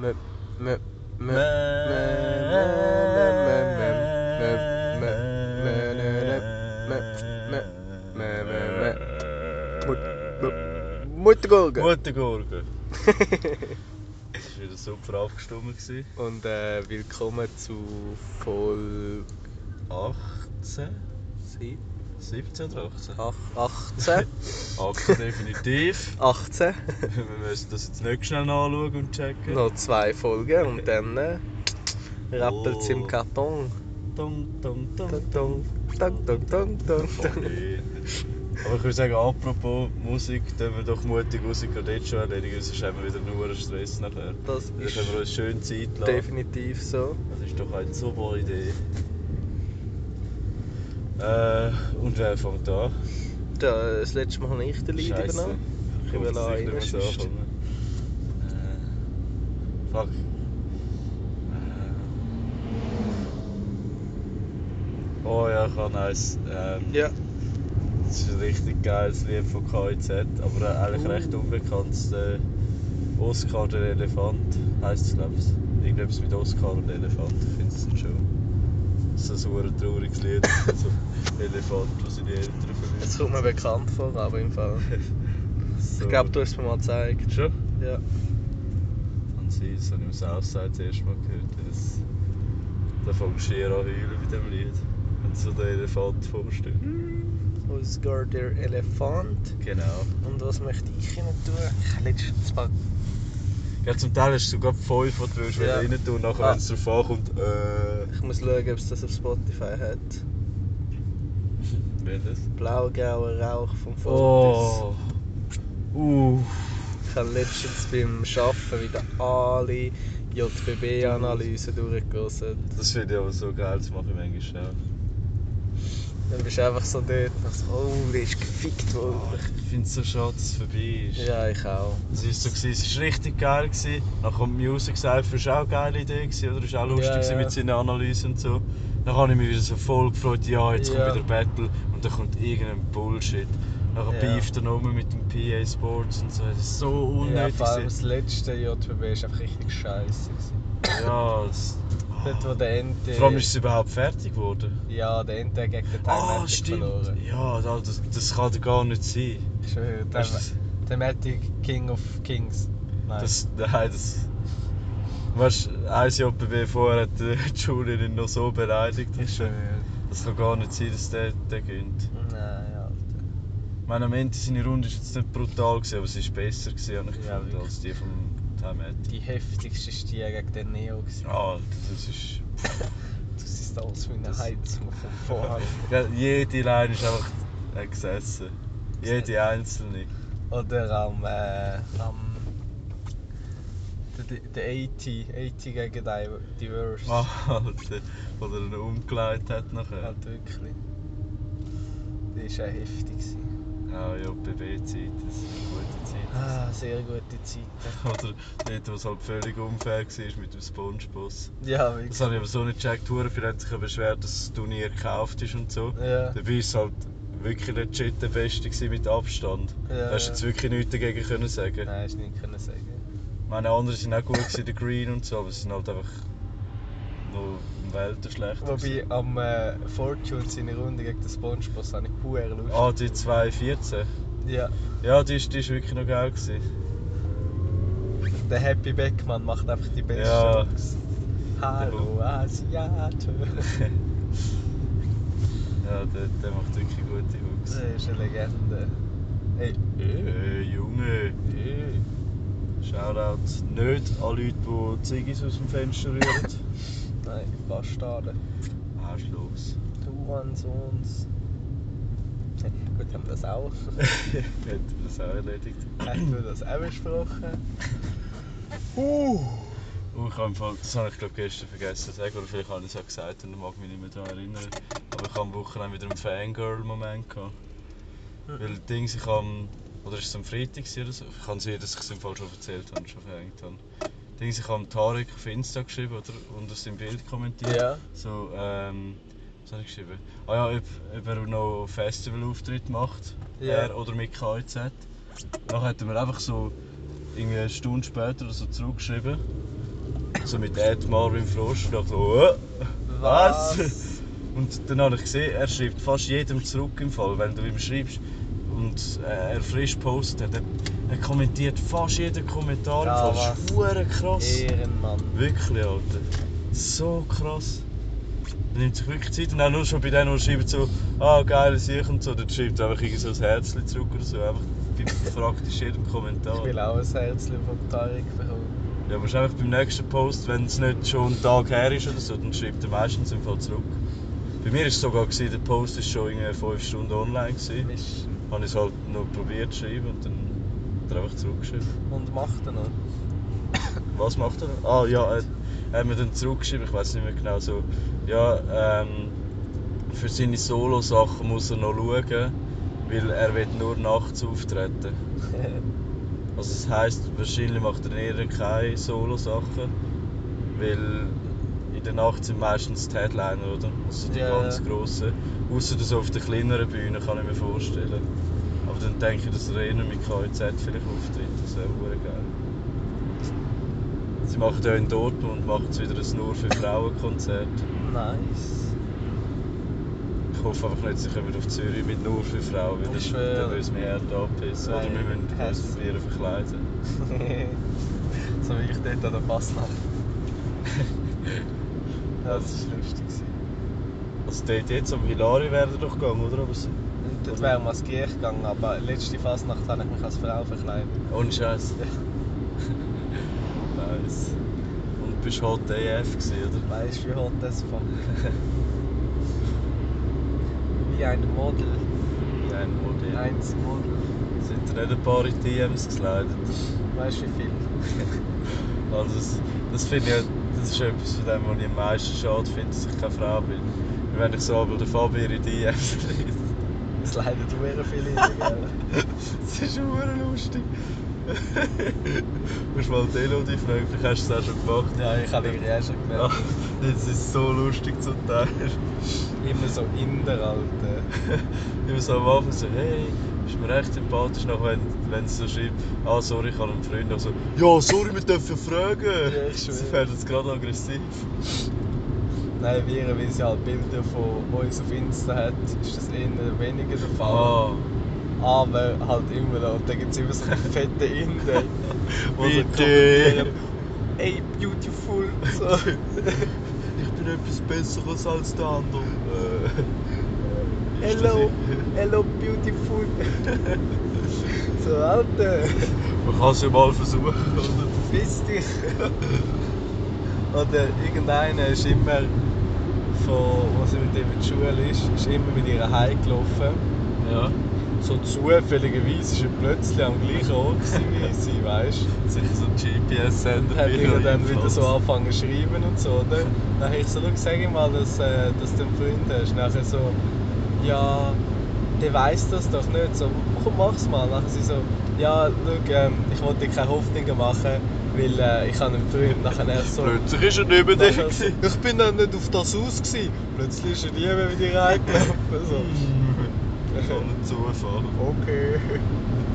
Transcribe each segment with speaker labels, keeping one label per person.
Speaker 1: Möp, möp, möp, möp, Muttergurke.
Speaker 2: Muttergurke. Das war wieder super abgestimmt. gewesen.
Speaker 1: Und äh, willkommen zu Folge
Speaker 2: 18, 17 oder 18?
Speaker 1: 18.
Speaker 2: 18 definitiv.
Speaker 1: 18.
Speaker 2: Wir müssen das jetzt nicht schnell anschauen und checken.
Speaker 1: Noch zwei Folgen und dann äh, rappelt es im
Speaker 2: Oh.
Speaker 1: Karton.
Speaker 2: Dun, dun,
Speaker 1: Dun,
Speaker 2: dun,
Speaker 1: dun, dun,
Speaker 2: dun.
Speaker 1: dun, dun, dun,
Speaker 2: Oh,
Speaker 1: dun.
Speaker 2: nee. Aber ich würde sagen, apropos Musik, tun wir doch mutig raus, gerade jetzt schon erledigen, sonst haben wir wieder nur Stress nachher.
Speaker 1: Das
Speaker 2: Dann können wir
Speaker 1: ist
Speaker 2: uns schön Zeit lassen.
Speaker 1: definitiv so.
Speaker 2: Das ist doch eine super Idee. Äh, und wer fängt an?
Speaker 1: Da, das letzte Mal habe ich den Lead
Speaker 2: Scheisse.
Speaker 1: übernommen.
Speaker 2: Ich
Speaker 1: will
Speaker 2: hoffe, dass
Speaker 1: auch
Speaker 2: ich nicht mehr
Speaker 1: reinschiessen.
Speaker 2: so anfange. Äh, Fuck. Äh. Oh ja, ich habe eins. Ähm,
Speaker 1: Ja.
Speaker 2: Das ist ein richtig geiles Lied von KIZ, aber ein eigentlich
Speaker 1: Oh.
Speaker 2: recht unbekanntes. Äh, Oscar der Elefant heisst es, glaube ich. Irgendetwas mit Oscar und Elefant. Ich finde es schön. Das ist ein verdammt trauriges Lied. Also, Elefant, was seine Eltern
Speaker 1: Jetzt
Speaker 2: verlieren.
Speaker 1: kommt mir bekannt vor, aber im Fall.
Speaker 2: So.
Speaker 1: Ich glaube, du hast es mir mal gezeigt.
Speaker 2: Schon?
Speaker 1: Ja.
Speaker 2: An sie, das habe ich im Southside das erste Mal gehört. Das, da fängt du schier an heulen bei dem Lied. Wenn du so den Elefant vorstellst.
Speaker 1: Mm. Oscar der Elefant.
Speaker 2: Genau.
Speaker 1: Und was möchte ich ihnen tun? Ich habe letztens mal
Speaker 2: Ja, zum Teil hast du sogar fünf, die du willst,
Speaker 1: Ja.
Speaker 2: ja. rein tun. Nachher,
Speaker 1: Ah.
Speaker 2: wenn es drauf ankommt, äh.
Speaker 1: Ich muss schauen, ob es das auf Spotify hat.
Speaker 2: Welches?
Speaker 1: Blaugrauer Rauch vom Fotos.
Speaker 2: Oh! Uh!
Speaker 1: Ich habe letztens beim Arbeiten wieder alle JBB-Analysen durchgelesen.
Speaker 2: Das finde ich aber so geil, das mache ich manchmal auch.
Speaker 1: Dann bist du einfach so dort und denkst, oh, der ist gefickt
Speaker 2: Oh,
Speaker 1: worden.
Speaker 2: ich finde es so schade, dass es vorbei ist.
Speaker 1: Ja, ich auch.
Speaker 2: Es war so, gewesen, es war richtig geil. Gewesen. Dann kommt Music Cypher, war auch eine geile Idee. Gewesen, oder? Es war auch lustig
Speaker 1: Ja,
Speaker 2: gewesen
Speaker 1: ja.
Speaker 2: mit seinen Analysen und so. Dann habe ich mich wieder so voll gefreut, ja, jetzt
Speaker 1: Ja.
Speaker 2: kommt wieder Battle und dann kommt irgendein Bullshit. Dann
Speaker 1: Ja.
Speaker 2: beeft er nochmal mit dem PA Sports und so. Das ist so
Speaker 1: Ja,
Speaker 2: unnötig.
Speaker 1: vor allem
Speaker 2: gewesen.
Speaker 1: das letzte JBB ist einfach richtig scheiße.
Speaker 2: Ja, das,
Speaker 1: Dort, wo der Ente.
Speaker 2: Vor allem ist es überhaupt fertig geworden.
Speaker 1: Ja, der Ente hat gegen den
Speaker 2: Ah,
Speaker 1: Time-Matic
Speaker 2: stimmt.
Speaker 1: verloren.
Speaker 2: Ja, das, das- das kann doch gar nicht sein.
Speaker 1: Ich schwöre, der-
Speaker 2: Weißt du, das-
Speaker 1: der Matic King of Kings. Nein.
Speaker 2: Das, nein, das. Weißt du, ein JPB vorher hat äh, Julian ihn noch so beleidigt.
Speaker 1: ich schwöre.
Speaker 2: Das kann gar nicht sein, dass der, der gönnt.
Speaker 1: Nein, Alter.
Speaker 2: Ich meine, am Ende seine Runde war jetzt nicht brutal, gewesen, aber sie war besser, gewesen, habe ich
Speaker 1: Ja,
Speaker 2: gefunden,
Speaker 1: wirklich.
Speaker 2: als die vom Timeout.
Speaker 1: Die heftigste ist die gegen den Neo. gewesen.
Speaker 2: Alter, das ist...
Speaker 1: Das ist alles wie eine
Speaker 2: Das-
Speaker 1: Heizung vom Vorhang.
Speaker 2: Ja, jede Line ist einfach äh, gesessen. Jede einzelne.
Speaker 1: Oder am. Äh, am der- der 80, 80 gegen Div- Diverse.
Speaker 2: Ah, Alter, oder ihn umgeleitet hat nachher.
Speaker 1: Halt wirklich. Die ist auch heftig. gewesen.
Speaker 2: Ah, Ja, JPB-Zeit, das ist eine gute Zeit.
Speaker 1: Ah, sehr gute Zeit.
Speaker 2: Oder dort, wo es halt völlig unfair war mit dem Spongeboss.
Speaker 1: Ja, wirklich.
Speaker 2: Das habe ich aber so nicht gecheckt. Hure viele haben sich ja beschwert, dass das Turnier gekauft ist und so.
Speaker 1: Ja,
Speaker 2: Dabei war es halt wirklich legit der Beste gewesen mit Abstand.
Speaker 1: ja.
Speaker 2: da hast du jetzt
Speaker 1: ja.
Speaker 2: wirklich nichts dagegen können sagen.
Speaker 1: Nein, hast du nicht können sagen.
Speaker 2: Meine anderen sind auch gut gewesen, der Green und so, aber sie sind halt einfach noch im Welten schlechter.
Speaker 1: Wobei am äh, Fortune seine Runde gegen den Spongeboss habe ich puer
Speaker 2: gewesen.
Speaker 1: Lust.
Speaker 2: Ah, die 214.
Speaker 1: Ja,
Speaker 2: Ja, die ist, die ist wirklich noch geil gewesen.
Speaker 1: der Happy Beckmann macht einfach die besten
Speaker 2: Ja. Genau.
Speaker 1: Looks. Hallo Asiate.
Speaker 2: Ja, der, der macht wirklich gute
Speaker 1: Das
Speaker 2: Hooks.
Speaker 1: ist eine Legende.
Speaker 2: Äh, Junge. Äh. Shoutout nicht an Leute, die Ziggis aus dem Fenster rühren.
Speaker 1: Nein, Bastarde.
Speaker 2: Arschlos.
Speaker 1: Du Sohns. Gut, haben wir das auch.
Speaker 2: Hätte das auch erledigt.
Speaker 1: Hätten wir das auch besprochen.
Speaker 2: Oh, ich hab im Fall, das habe ich glaub, gestern vergessen zu sagen, oder vielleicht habe ich es auch gesagt und mag mich nicht mehr daran erinnern. Aber ich habe am Wochenende wieder einen Fangirl-Moment gehabt.
Speaker 1: Mhm.
Speaker 2: Weil Dings, ich habe, oder ist es am Freitag gewesen oder so? Ich kann sehen, dass ich es im Fall schon erzählt habe, schon verhängt habe. Dings, ich habe Tarek auf Insta geschrieben oder unter seinem Bild kommentiert.
Speaker 1: Ja.
Speaker 2: So, ähm, was habe ich geschrieben? Ah ja, ob, ob er noch Festivalauftritt macht,
Speaker 1: Ja.
Speaker 2: er oder mit E KIZ. Dann hat er mir einfach so irgendwie eine Stunde später oder so zurückgeschrieben. so mit Ed Marvin Frost und dachte so, äh, was? Und dann habe ich gesehen, er schreibt fast jedem zurück im Fall, wenn du ihm schreibst und äh, er frisch postet, er, er kommentiert fast jeden Kommentar
Speaker 1: Ja,
Speaker 2: im Fall. Das ist
Speaker 1: was? Eh.
Speaker 2: hure krass.
Speaker 1: Ehrenmann.
Speaker 2: Wirklich, Alter. So krass. Er nimmt sich wirklich Zeit und auch nur schon bei denen, die schreiben so, ah, geile Sicht und so, dann schreibt er einfach irgendwie so ein Herzchen zurück oder so, einfach bei praktisch jedem
Speaker 1: Ich
Speaker 2: Kommentar.
Speaker 1: will auch ein Herzchen von Tarek bekommen.
Speaker 2: Ja, wahrscheinlich beim nächsten Post, wenn es nicht schon einen Tag her ist oder so, dann schreibt er meistens im Fall zurück. Bei mir war es sogar, gewesen, der Post war schon irgendwie 5 Stunden online. Gewesen.
Speaker 1: Mist.
Speaker 2: Habe ich es halt noch probiert zu schreiben und dann hat er einfach zurückgeschrieben.
Speaker 1: Und macht er noch?
Speaker 2: Was macht er? denn? Ah ja, er, er hat mir dann zurückgeschrieben, ich weiß nicht mehr genau so. Ja, ähm, für seine Solo-Sachen muss er noch schauen, weil er will nur nachts auftreten. Also das heisst, wahrscheinlich macht er eher keine Solo-Sachen, weil in der Nacht sind meistens die Headliner, oder? Also die
Speaker 1: Ja, ja.
Speaker 2: ganz grossen. Außer das auf der kleineren Bühne, kann ich mir vorstellen. Aber dann denke ich, dass er eher mit KIZ vielleicht auftritt. Das wäre auch geil. Sie machen ja in Dortmund machen sie wieder ein Nur für Frauen-Konzert.
Speaker 1: nice.
Speaker 2: Ich hoffe einfach nicht, sie kommen auf Zürich mit Nur für Frauen, weil
Speaker 1: Ich
Speaker 2: dann,
Speaker 1: schwöre.
Speaker 2: dann müssen wir Erde abpissen. Oder
Speaker 1: Nein,
Speaker 2: wir müssen
Speaker 1: Pest.
Speaker 2: uns probieren verkleiden.
Speaker 1: so wie ich dort an der Fasnacht. Ja, das war lustig. gewesen.
Speaker 2: Also dort jetzt am Hilari wäre er doch gegangen, oder? Aber sie-
Speaker 1: Und dort wäre maskiert gegangen, aber letzte Fasnacht habe ich mich als Frau verkleidet.
Speaker 2: Ohne Scheiß. nice. Und bist halt DF gewesen, oder?
Speaker 1: Weißt du, wie hot das von? Wie ein Model.
Speaker 2: Nein, wo DF.
Speaker 1: Eins Model.
Speaker 2: Sind dir nicht ein paar in DMs geslidet?
Speaker 1: Weißt du, wie viel?
Speaker 2: Also das, das finde ich, auch- das ist etwas von dem, was ich am meisten schade finde, dass ich keine Frau bin. Weil Wenn ich so aber der Fabian in DMs lese.
Speaker 1: Es leiden sehr viele rein, gell?
Speaker 2: das ist super lustig. Musst mal die Elodie fragen, vielleicht hast du es auch schon gemacht.
Speaker 1: Ja, ich habe irgendwie auch schon
Speaker 2: Ja,
Speaker 1: gemerkt.
Speaker 2: das ist so lustig zum Teil.
Speaker 1: Immer so Inder, Alter.
Speaker 2: Immer so am Anfang so, hey, ist mir recht sympathisch, noch wenn, wenn sie so schreibt, ah sorry, ich habe einen Freund, noch so, ja sorry, wir dürfen fragen.
Speaker 1: Ja, ich schwöre.
Speaker 2: sie werden jetzt gerade aggressiv.
Speaker 1: Nein, wir, weil sie halt Bilder von uns auf Insta hat, ist das eher weniger der Fall.
Speaker 2: Ah,
Speaker 1: Aber halt immer noch. Und dann gibt es immer so einen fetten Inder. wo so
Speaker 2: bitte.
Speaker 1: kommentieren, Ey, beautiful. So.
Speaker 2: Ich bin etwas Besseres als der andere. Äh, ist das
Speaker 1: hello,
Speaker 2: ich?
Speaker 1: hello, beautiful. so, Alter,
Speaker 2: Man kann es ja mal versuchen, oder?
Speaker 1: verpiss dich. Oder irgendeiner ist immer, von, als sie mit ihm in der Schule ist, ist immer mit ihr heimgelaufen.
Speaker 2: Ja,
Speaker 1: so zufälligerweise ist er plötzlich am gleichen Ort gewesen wie sie, weißt du?
Speaker 2: sicher so ein
Speaker 1: Und
Speaker 2: GPS-Sender.
Speaker 1: hat
Speaker 2: Bilder
Speaker 1: er dann wieder
Speaker 2: reinpflanzt.
Speaker 1: so angefangen zu schreiben und so, oder? Dann habe ich so, «Schau, sag ihm mal, dass, äh, dass du einen Freund hast. Nachher so, ja, der weiß das doch nicht. So, komm, mach's mal. Nachher sie so, ja, schau, ähm, ich wollte dir keine Hoffnungen machen, weil äh, ich habe einen Freund. Nachher er so,
Speaker 2: Plötzlich ist er nicht mehr
Speaker 1: nachher
Speaker 2: da.
Speaker 1: so, ich bin dann nicht auf das aus gewesen. Plötzlich ist er nie mehr mit dir reingelaufen. So,
Speaker 2: So ein Zufall.
Speaker 1: okay.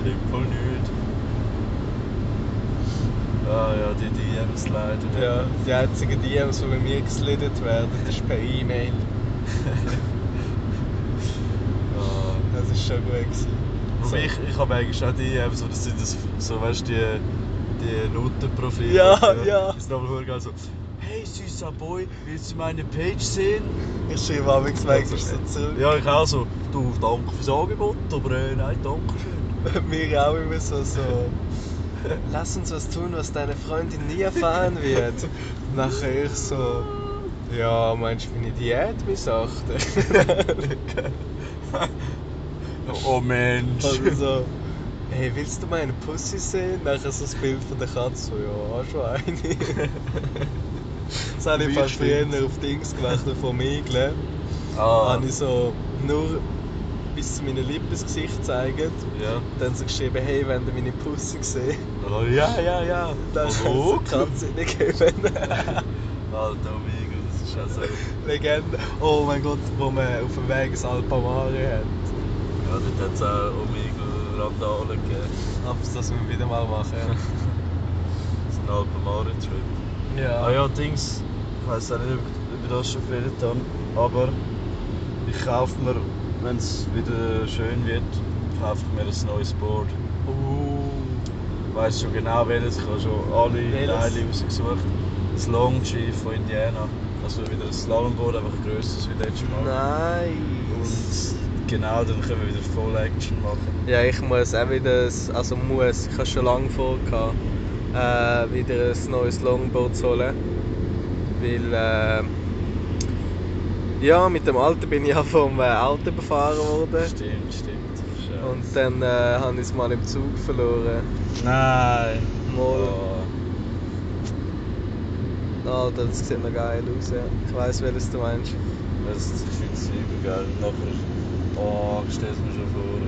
Speaker 2: Im Fall nicht. Ah ja, die DMs leider.
Speaker 1: Ja, die einzigen DMs, die bei mir geslidet werden, das ist per E-Mail.
Speaker 2: Ah.
Speaker 1: Das ist schon gut gewesen.
Speaker 2: Wobei ich, ich habe eigentlich auch E DMs, oder sind das, so weißt du, die, die Notenprofile.
Speaker 1: Ja, ja.
Speaker 2: Das ist aber verdammt geil so. Hey süßer Boy, willst du meine Page sehen?
Speaker 1: Ich schreibe am
Speaker 2: Ja,
Speaker 1: manchmal so
Speaker 2: verstehe.
Speaker 1: zurück.
Speaker 2: Ja, ich auch so. Du, danke fürs Angebot, aber äh, nein, danke schön.
Speaker 1: Mir auch immer so, so. Lass uns was tun, was deine Freundin nie erfahren wird. Nachher ich so. Ja, meinst du meine Diät missachten?
Speaker 2: oh Mensch.
Speaker 1: Also so. Hey, willst du meine Pussy sehen? Nachher so das Bild von der Katze. So, ja, hast schon eine. Das habe ich
Speaker 2: Wie
Speaker 1: fast früher
Speaker 2: stimmt's?
Speaker 1: auf Dings gemacht, von Miglen.
Speaker 2: ah,
Speaker 1: habe ich so nur bis zu meinen Lippen das Gesicht gezeigt.
Speaker 2: ja.
Speaker 1: Dann so geschrieben, hey, wenn du meine Pussy gesehen
Speaker 2: Oh, ja, ja, ja. Oh,
Speaker 1: dann kannst du die Katze reingeben.
Speaker 2: Alter, mega, das ist auch so. Ja,
Speaker 1: Legende. Oh mein Gott, wo man auf dem Weg ein Alpamare hat.
Speaker 2: dort hat es auch oh, Omega-Randale gegeben.
Speaker 1: Aber das müssen wir wieder mal machen.
Speaker 2: Das ist ein Alpamare-Trip.
Speaker 1: Ja.
Speaker 2: Ah ja, Dings, ich weiß auch nicht, ob ich über das schon geredet habe, aber ich kaufe mir, wenn es wieder schön wird, kaufe ich mir ein neues Board.
Speaker 1: Uh.
Speaker 2: Ich weiß schon genau welches, ich habe schon alle
Speaker 1: Welches?
Speaker 2: Teile rausgesucht. Das Longshift von Indiana, also wieder ein Slalomboard, einfach grösser als wie letztes Mal.
Speaker 1: Nice.
Speaker 2: Und genau, dann können wir wieder Full Action machen.
Speaker 1: Ja, ich muss auch wieder, s- also muss, ich habe schon lange vor, gehabt, äh, wieder ein neues Longboard zu holen. Weil, äh, ja, mit dem Alten bin ich ja vom äh, Auto befahren worden.
Speaker 2: Stimmt, stimmt. Scheiße.
Speaker 1: Und dann äh, habe ich es mal im Zug verloren.
Speaker 2: Nein.
Speaker 1: Mal.
Speaker 2: Oh.
Speaker 1: Ah, das sieht noch geil aus, ja. Ich weiss, welches du meinst.
Speaker 2: Das ist viel übel, gell? Nachher, oh, stell's mir schon vor. ey.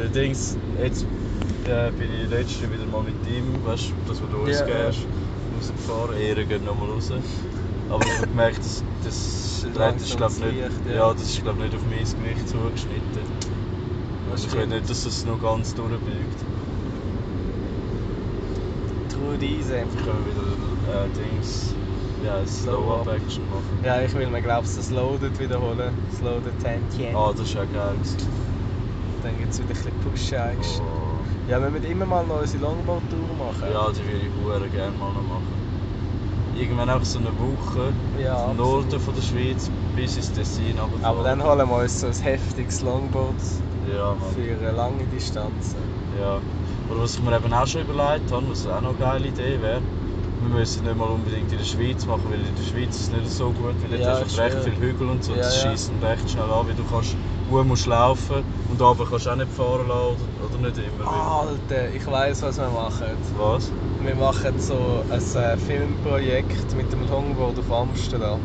Speaker 2: Weil Dings, jetzt äh, bin ich letzte wieder mal mit ihm, weißt du, dass du uns
Speaker 1: Ja, ja.
Speaker 2: gehst, rausgefahren, Ehre geht nochmal raus. Aber ich habe gemerkt, das, das
Speaker 1: Langsam
Speaker 2: Brett ist, glaub,
Speaker 1: zu
Speaker 2: nicht,
Speaker 1: leicht, ja.
Speaker 2: ja. das ist glaub, nicht auf mein Gewicht zugeschnitten. Also ich will nicht, dass es noch ganz durchbiegt.
Speaker 1: True Diesel.
Speaker 2: Dann können wir wieder äh, Dings, ja,
Speaker 1: Slow-Up.
Speaker 2: Slow-Up-Action machen.
Speaker 1: Ja, ich will mir, glaubst das Loaded wiederholen. Das Loaded 10 Tien.
Speaker 2: Ah, das ist auch geil. gewesen.
Speaker 1: Dann gibt es wieder ein bisschen Pushen eigentlich.
Speaker 2: Oh.
Speaker 1: Ja, wir müssen immer mal noch unsere Longboard-Tour machen.
Speaker 2: Ja, die würde ich hure gerne mal noch machen. Irgendwann auch so eine Woche
Speaker 1: Ja,
Speaker 2: vom
Speaker 1: absolut.
Speaker 2: Norden von der Schweiz bis ins Tessin runterfahren.
Speaker 1: Aber dann holen wir uns so ein heftiges Longboard Ah.
Speaker 2: Ja, Mann.
Speaker 1: für eine lange Distanz.
Speaker 2: ja. Oder was ich mir eben auch schon überlegt habe, was auch noch eine geile Idee wäre, wir müssen nicht mal unbedingt in der Schweiz machen, weil in der Schweiz ist es nicht so gut, weil dort
Speaker 1: Ja,
Speaker 2: hast
Speaker 1: ich
Speaker 2: du recht
Speaker 1: schwöre.
Speaker 2: viele Hügel und so,
Speaker 1: Ja,
Speaker 2: das
Speaker 1: ja.
Speaker 2: schießt dann recht schnell an, weil du kannst, du musst laufen und aber kannst du auch nicht fahren lassen oder, oder nicht immer. weil-
Speaker 1: Alter, ich weiß, was wir machen.
Speaker 2: Was?
Speaker 1: Wir machen so ein äh, Filmprojekt mit dem Longboard auf Amsterdam.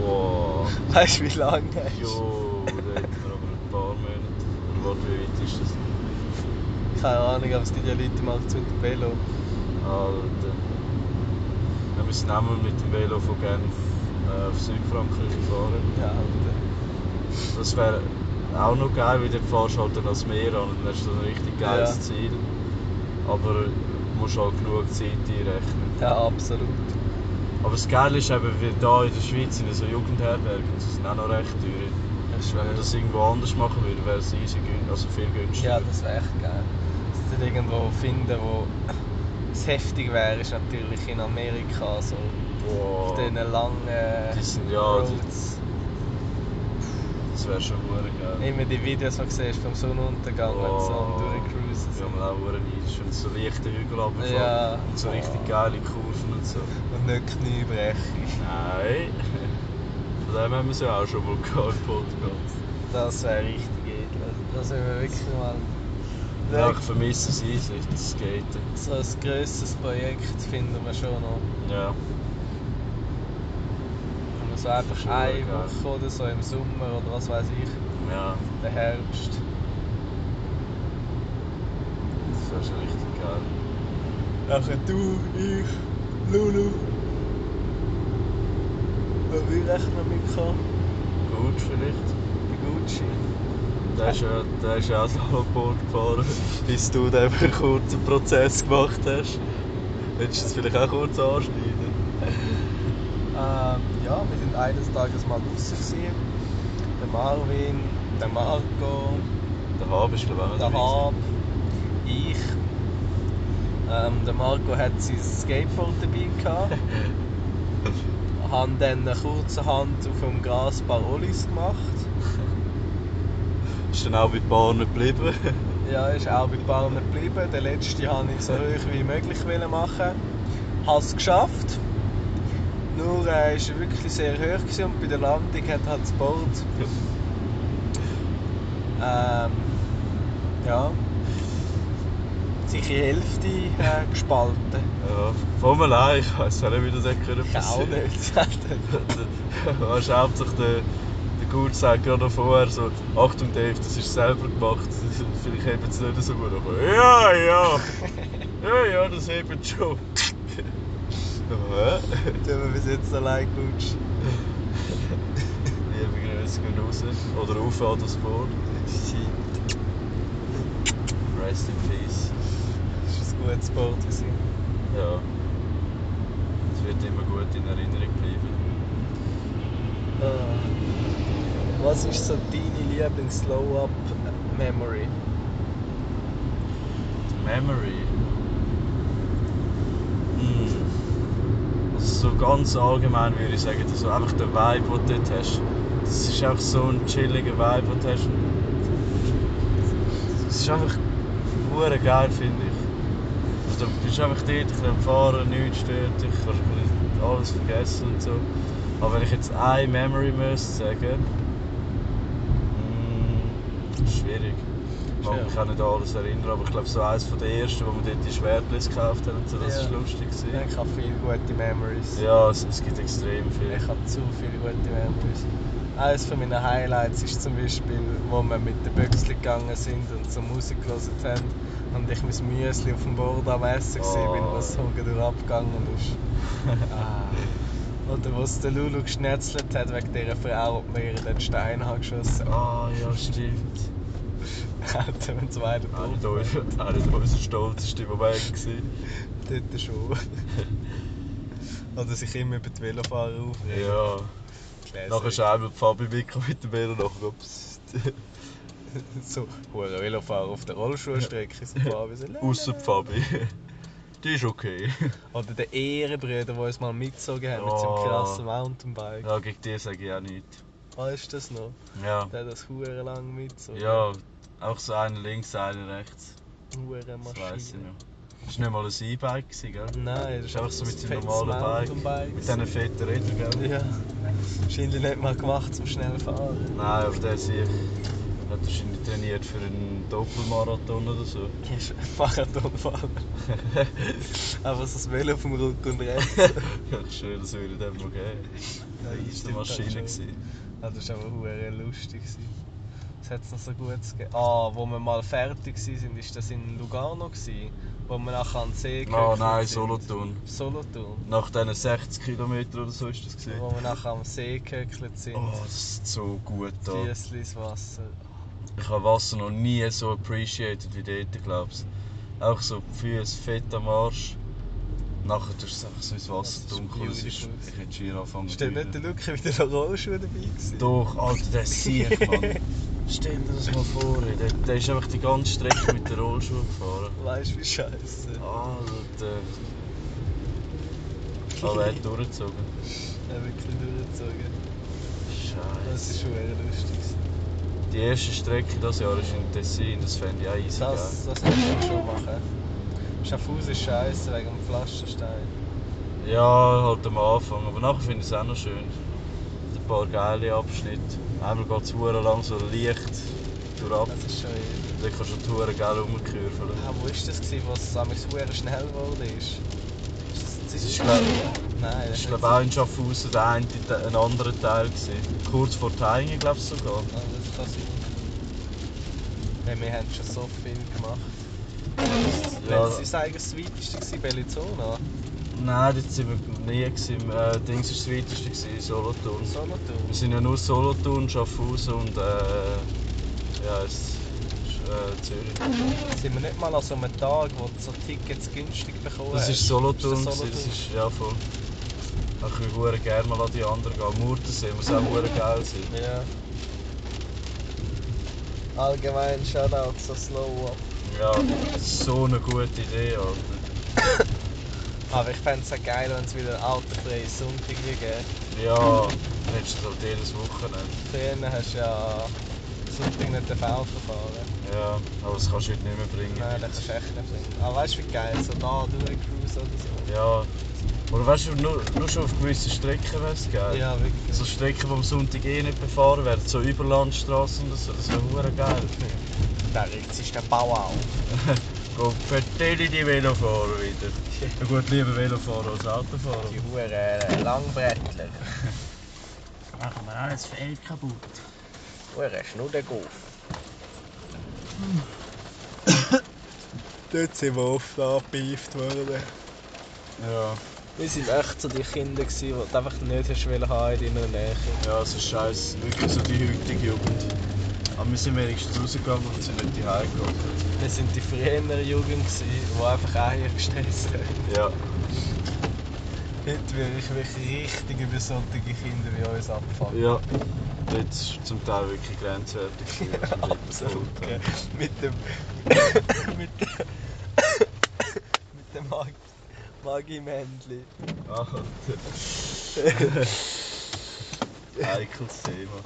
Speaker 2: Wow.
Speaker 1: Weißt du, wie lange? das ist?
Speaker 2: Jo, da hätten wir aber ein paar Monate. Und warte, wie weit ist das?
Speaker 1: Keine Ahnung, aber es gibt ja Leute, die machen es mit dem Velo.
Speaker 2: Alter. Wir müssen einmal mit dem Velo von Genf äh, auf Südfrankreich fahren.
Speaker 1: Ja, Alter.
Speaker 2: Das wäre auch noch geil, weil dort fahrst du halt dann ans Meer an und dann hast du ein richtig geiles
Speaker 1: Ja.
Speaker 2: Ziel. Aber du musst halt genug Zeit einrechnen.
Speaker 1: äh, Ja, absolut.
Speaker 2: Aber das Geile ist eben, wir hier in der Schweiz sind ja so Jugendherbergen, die sind auch noch recht teuer.
Speaker 1: Ich
Speaker 2: Wenn wir das irgendwo anders machen würden, wäre es easy, gün- also viel günstiger.
Speaker 1: Ja, das wäre echt geil. Dass du dort irgendwo finden, wo es heftig wäre, ist natürlich in Amerika so.
Speaker 2: Boah,
Speaker 1: Auf diesen langen
Speaker 2: Die sind- ja,
Speaker 1: Roads.
Speaker 2: das wäre schon verdammt geil.
Speaker 1: Immer die Videos, die du siehst vom Sonnenuntergang, wenn sie so am durchcruisen
Speaker 2: Oh. Ja,
Speaker 1: sind.
Speaker 2: man auch hure neidisch, wenn so leichte Hügel
Speaker 1: Ja.
Speaker 2: runterfahren und so richtig
Speaker 1: Oh.
Speaker 2: geile Kurven und so.
Speaker 1: Und nicht Knie brechen.
Speaker 2: Nein. Von dem haben wir es ja auch schon mal gehabt im Podcast.
Speaker 1: Das wäre richtig edel. Also, Das müssen wir wirklich mal...
Speaker 2: Ja, ich vermisse es easy, das Skaten.
Speaker 1: So ein grösseres Projekt finden wir schon noch.
Speaker 2: Ja.
Speaker 1: Wenn wir so
Speaker 2: Das
Speaker 1: einfach
Speaker 2: ist
Speaker 1: eine
Speaker 2: schon geil.
Speaker 1: Woche oder so im Sommer oder was weiß ich,
Speaker 2: Ja,
Speaker 1: der Herbst.
Speaker 2: das wäre schon richtig geil. Also
Speaker 1: Nachher du, ich, Lulu. Wer will echt noch mitkommen?
Speaker 2: Gut vielleicht.
Speaker 1: Der Gucci.
Speaker 2: Der ist ja, der ist ja auch Slalomboard gefahren, bis du den über einen kurzen Prozess gemacht hast. Willst du das vielleicht auch kurz anschneiden?
Speaker 1: Ähm, ja, wir sind eines Tages mal draußen gewesen. Der Marvin, der Marco,
Speaker 2: Der Hab ist glaube ich auch noch
Speaker 1: der
Speaker 2: dabei
Speaker 1: Hab, ich. Ähm, der Marco hat sein Skateboard dabei gehabt. haben dann kurzerhand auf dem Gras ein paar Ollis gemacht.
Speaker 2: gewesen. Ist dann auch bei Bahnen geblieben.
Speaker 1: Ja, ist auch bei Palmen geblieben. Den letzten wollte ich so hoch wie möglich wollen machen. Habe es geschafft. Nur äh, ist er wirklich sehr hoch gewesen und bei der Landung hat halt das Board. Ähm, ja. Sicher Hälfte äh, gespalten.
Speaker 2: Ja, von mir allein, ich weiß auch nicht, wie das hätte können
Speaker 1: Ich auch
Speaker 2: passieren
Speaker 1: nicht. Alter.
Speaker 2: Weißt du, hauptsächlich der, der Gurt sagt gerade noch vorher so, Achtung Dave, das ist selber gemacht, vielleicht hebt es nicht so gut. Aber ja, ja, ja, ja, das hebt schon. Ja, hä?
Speaker 1: Tun wir bis jetzt allein gut.
Speaker 2: Liebe Grüße gehen raus. Oder rauf an das Board. Rest in peace.
Speaker 1: Das war ein gutes Board. Gewesen.
Speaker 2: Ja. Das in Erinnerung bleiben.
Speaker 1: Ah. Was ist so deine Lieblings-Slow-Up-Memory?
Speaker 2: Die Memory. Hm. Also so ganz allgemein würde ich sagen, dass du einfach den Vibe, den du dort hast. Das ist einfach so ein chilliger Vibe, den du hast. Es ist einfach hure geil, finde ich. Also, du bist einfach dort, ein bisschen am Fahren, nichts stört dich, kannst ein bisschen alles vergessen und so. Aber wenn ich jetzt eine Memory müsste sagen, mm, schwierig. Ich mag mich auch nicht an alles erinnern, aber ich glaube, so eines von den ersten, wo wir dort die Schwertliste gekauft haben, und so, das
Speaker 1: Ja.
Speaker 2: war lustig. Gewesen.
Speaker 1: Ich habe viele gute Memories.
Speaker 2: Ja, es, es gibt extrem viel.
Speaker 1: Ich habe zu viele gute Memories. Eines von meinen Highlights ist zum Beispiel, wo wir mit den Büchsen gegangen sind und zur Musik gehört haben und ich mein Müsli auf dem Boden am Essen war, bin,
Speaker 2: Oh.
Speaker 1: was Hunger durch abgegangen ist. Ah. Oder was der Lulu geschnetzelt hat wegen dieser Frau, die mir in den Stein hat geschossen
Speaker 2: Ah, ja, stimmt.
Speaker 1: hat. Wenn es weiter
Speaker 2: Eine Dose, eine Dose stolzeste Moment gewesen.
Speaker 1: Dort schon. Oder sich immer über die Velofahrer aufregen.
Speaker 2: Ja.
Speaker 1: Classic.
Speaker 2: Nachher ist einmal die Fabi mitgekommen mit dem Velo, nachher ups.
Speaker 1: so, hoher Velofahrer auf der Rollschuhstrecke sind Fabi so.
Speaker 2: Außer die Fabi. Die ist okay.
Speaker 1: Oder der Ehrenbrüder, der uns mal mitgezogen hat mit
Speaker 2: Oh.
Speaker 1: seinem krassen Mountainbike.
Speaker 2: Ja, gegen die sage ich auch nichts.
Speaker 1: Weißt du das noch?
Speaker 2: Ja.
Speaker 1: Der hat das hure lang mitgezogen.
Speaker 2: Ja, auch so einer links, einer rechts.
Speaker 1: Hure
Speaker 2: Das weiss ich
Speaker 1: Maschine.
Speaker 2: noch. Das war nicht mal ein E-Bike, gewesen, gell?
Speaker 1: Nein,
Speaker 2: Das ist einfach so mit
Speaker 1: ein
Speaker 2: seinem
Speaker 1: fettes
Speaker 2: normalen Bike.
Speaker 1: Mountainbike.
Speaker 2: Mit diesen fetten Rädern, gell?
Speaker 1: Ja. Wahrscheinlich nicht mal gemacht zum schnell fahren.
Speaker 2: Nein, aber der sich hat wahrscheinlich trainiert für einen Doppelmarathon oder so.
Speaker 1: Er ist ein Marathonfahrer. Einfach so das Velo vom Rücken und rechts.
Speaker 2: ich schwöre, das würde dem noch geben.
Speaker 1: Ja,
Speaker 2: Das war eine
Speaker 1: stimmt,
Speaker 2: Maschine.
Speaker 1: das ist schon-
Speaker 2: gewesen.
Speaker 1: Ah, Das war aber hure lustig. gewesen. Was hat es noch so gut gegeben? Ah, wo wir mal fertig waren, war das in Lugano, gewesen, wo wir nachher an den See
Speaker 2: Oh
Speaker 1: gehöckelt
Speaker 2: nein,
Speaker 1: sind.
Speaker 2: Solothurn.
Speaker 1: Solothurn.
Speaker 2: Nach diesen 60 Kilometern oder so ist das gewesen.
Speaker 1: Wo wir nachher am See gehöckelt sind.
Speaker 2: Oh, das ist so gut da.
Speaker 1: Füßli ins Wasser.
Speaker 2: Ich habe Wasser noch nie so appreciated wie dort, glaubst du. Auch so die Füße fett am Arsch. Nachher tust du es einfach so ins Wasser
Speaker 1: Das ist
Speaker 2: dunkel. Das ist,
Speaker 1: beautiful.
Speaker 2: ich hätte schier anfangen
Speaker 1: Ist denn nicht der Luca wieder der Rollschuhe dabei gewesen?
Speaker 2: Doch, Alter, der ist siech, Mann. Stell dir das mal vor, ey. der, der ist einfach die ganze Strecke mit der Rollschuhe gefahren.
Speaker 1: Weißt du, wie scheiße.
Speaker 2: Ah. Alter. Aber er hat durchgezogen.
Speaker 1: Er hat wirklich durchgezogen. Das
Speaker 2: Scheiße.
Speaker 1: ist schon eher lustig. gewesen.
Speaker 2: Die erste Strecke dieses Jahr ist in Tessin, das fände ich auch easy
Speaker 1: Das, das kannst du schon machen. Schaffhausen ist scheiße wegen dem Pflasterstein.
Speaker 2: geil. Ja, halt am Anfang, aber nachher finde ich es auch noch schön. Ein paar geile Abschnitte. Einmal geht es lang so leicht durchab.
Speaker 1: Das ist schon eher.
Speaker 2: Dann kannst du die Touren geil rumkurven.
Speaker 1: Ah, wo ist das gewesen, wo es amigs sehr schnell geworden ist? Ist das in
Speaker 2: Das
Speaker 1: Zürich?
Speaker 2: ist, glaub-
Speaker 1: Nein, das
Speaker 2: Das
Speaker 1: ist Ah, nicht
Speaker 2: war glaube auch in Schaffhausen der eine, Te- ein anderer Teil. Gewesen. Kurz vor Teingen, glaube ich sogar.
Speaker 1: so. Ah, das kann sein. Ja, wir haben schon so viel gemacht.
Speaker 2: Ja.
Speaker 1: Welches ist eigentlich das weiteste gewesen? Bellizona?
Speaker 2: Nein, dort sind wir nie. Gewesen. Äh, Dings war das weiteste, gewesen, Solothurn.
Speaker 1: Solothurn?
Speaker 2: Wir sind ja nur Solothurn, Schaffhausen und äh, ja, es ist, äh, Zürich.
Speaker 1: Sind wir nicht mal an so einem Tag, wo du so Tickets günstig bekommen
Speaker 2: Das
Speaker 1: hast?
Speaker 2: ist Solothurn,
Speaker 1: Ist das
Speaker 2: gewesen, das
Speaker 1: Solothurn?
Speaker 2: ist ja voll. Ich würde hure gerne mal an die anderen gehen. Murtensee muss auch hure geil sein.
Speaker 1: Ja. Allgemein Shoutout so slow up.
Speaker 2: Ja, das ist so eine gute Idee, Alter.
Speaker 1: Aber ich fände es auch geil, wenn es wieder einen autofreien Sonntag wie gäbe.
Speaker 2: Ja, dann hättest du das halt jedes Wochenende.
Speaker 1: Früher hast du ja Sonntag nicht auf Auto fahren.
Speaker 2: Ja, aber das kannst du heute nicht mehr bringen.
Speaker 1: Nein, das ist echt nicht bringen. Aber weißt du, wie geil, so da durchcruisen oder so.
Speaker 2: Ja. Oder weißt du, nur, nur schon auf gewissen Strecken wäre es geil.
Speaker 1: Ja, wirklich.
Speaker 2: So Strecken, die am Sonntag eh nicht befahren werden, so Überlandstraßen oder so, das wäre hure geil.
Speaker 1: Da regt sich der Bau auf.
Speaker 2: Komm, verteile die Velofahrer wieder. Ja gut, lieber Velofahrer als Autofahrer.
Speaker 1: Die Huren äh, Langbrettler.
Speaker 2: Machen wir alles Feld kaputt.
Speaker 1: Huren Schnuddergolf. Dort sind wir oft angepieft worden.
Speaker 2: Ja,
Speaker 1: Wir sind echt so die Kinder, gewesen, die du einfach nicht hast wollen haben in deiner Nähe.
Speaker 2: ja, es ist scheiße. Wirklich so die heutige Jugend. Aber wir sind wenigstens rausgegangen und sind nicht hierher gegangen.
Speaker 1: Wir sind die früheren Jugend, gewesen, die einfach Eier gestressen haben.
Speaker 2: Ja.
Speaker 1: Heute will ich wirklich richtig über solche Kinder wie uns abfangen.
Speaker 2: Ja, dort ist zum Teil wirklich grenzwertig. gewesen, was wir dort
Speaker 1: absolut. gell.
Speaker 2: bekommen haben.
Speaker 1: Mit dem. mit dem. mit dem Mag Magi-Männchen.
Speaker 2: Aha. Heikles Thema.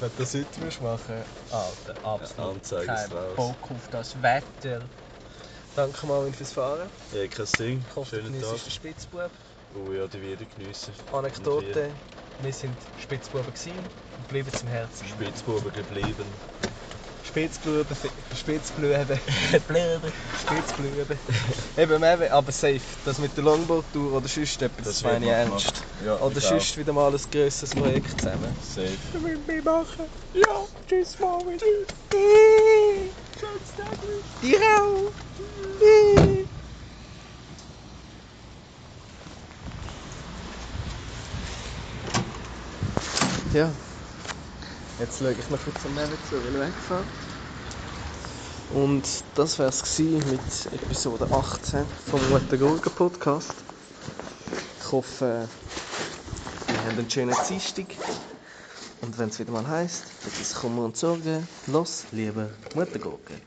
Speaker 1: Wenn du das heute würdest machen ah, Alter, absolut.
Speaker 2: Anzeige
Speaker 1: Kein
Speaker 2: ist raus.
Speaker 1: Bock auf das Wetter. Danke, Marvin, fürs Fahren.
Speaker 2: Ja, kein Ding.
Speaker 1: Ich hoffe, du
Speaker 2: Schönen Tag.
Speaker 1: geniessest den Spitzbub.
Speaker 2: Oh ja, die werden geniessen.
Speaker 1: Anekdote. Wir sind Spitzbuben gewesen und bleiben zum Herzen.
Speaker 2: Spitzbuben geblieben.
Speaker 1: Spitzbluben, Spitzbluben, Bluben, Spitzbluben. Eben, eben, aber safe. Das mit der Longboat-Tour oder sonst etwas, das, meine ich
Speaker 2: wird noch
Speaker 1: ernst.
Speaker 2: gemacht. Ja,
Speaker 1: Oder
Speaker 2: ich auch.
Speaker 1: sonst wieder mal ein grösseres Projekt zusammen.
Speaker 2: Safe.
Speaker 1: Wir müssen mitmachen. Ja, tschüss, Marvin. Tschüss. Dir auch. Ja. Jetzt schaue ich noch kurz am Leben zu, weil ich wegfahre. Und das war es mit Episode 18 vom Mutter Gurgen Podcast. Ich hoffe, ihr habt einen schönen Dienstag. Und wenn es wieder mal heißt, das ist Kummer und Sorge, los, liebe Mutter Gurke.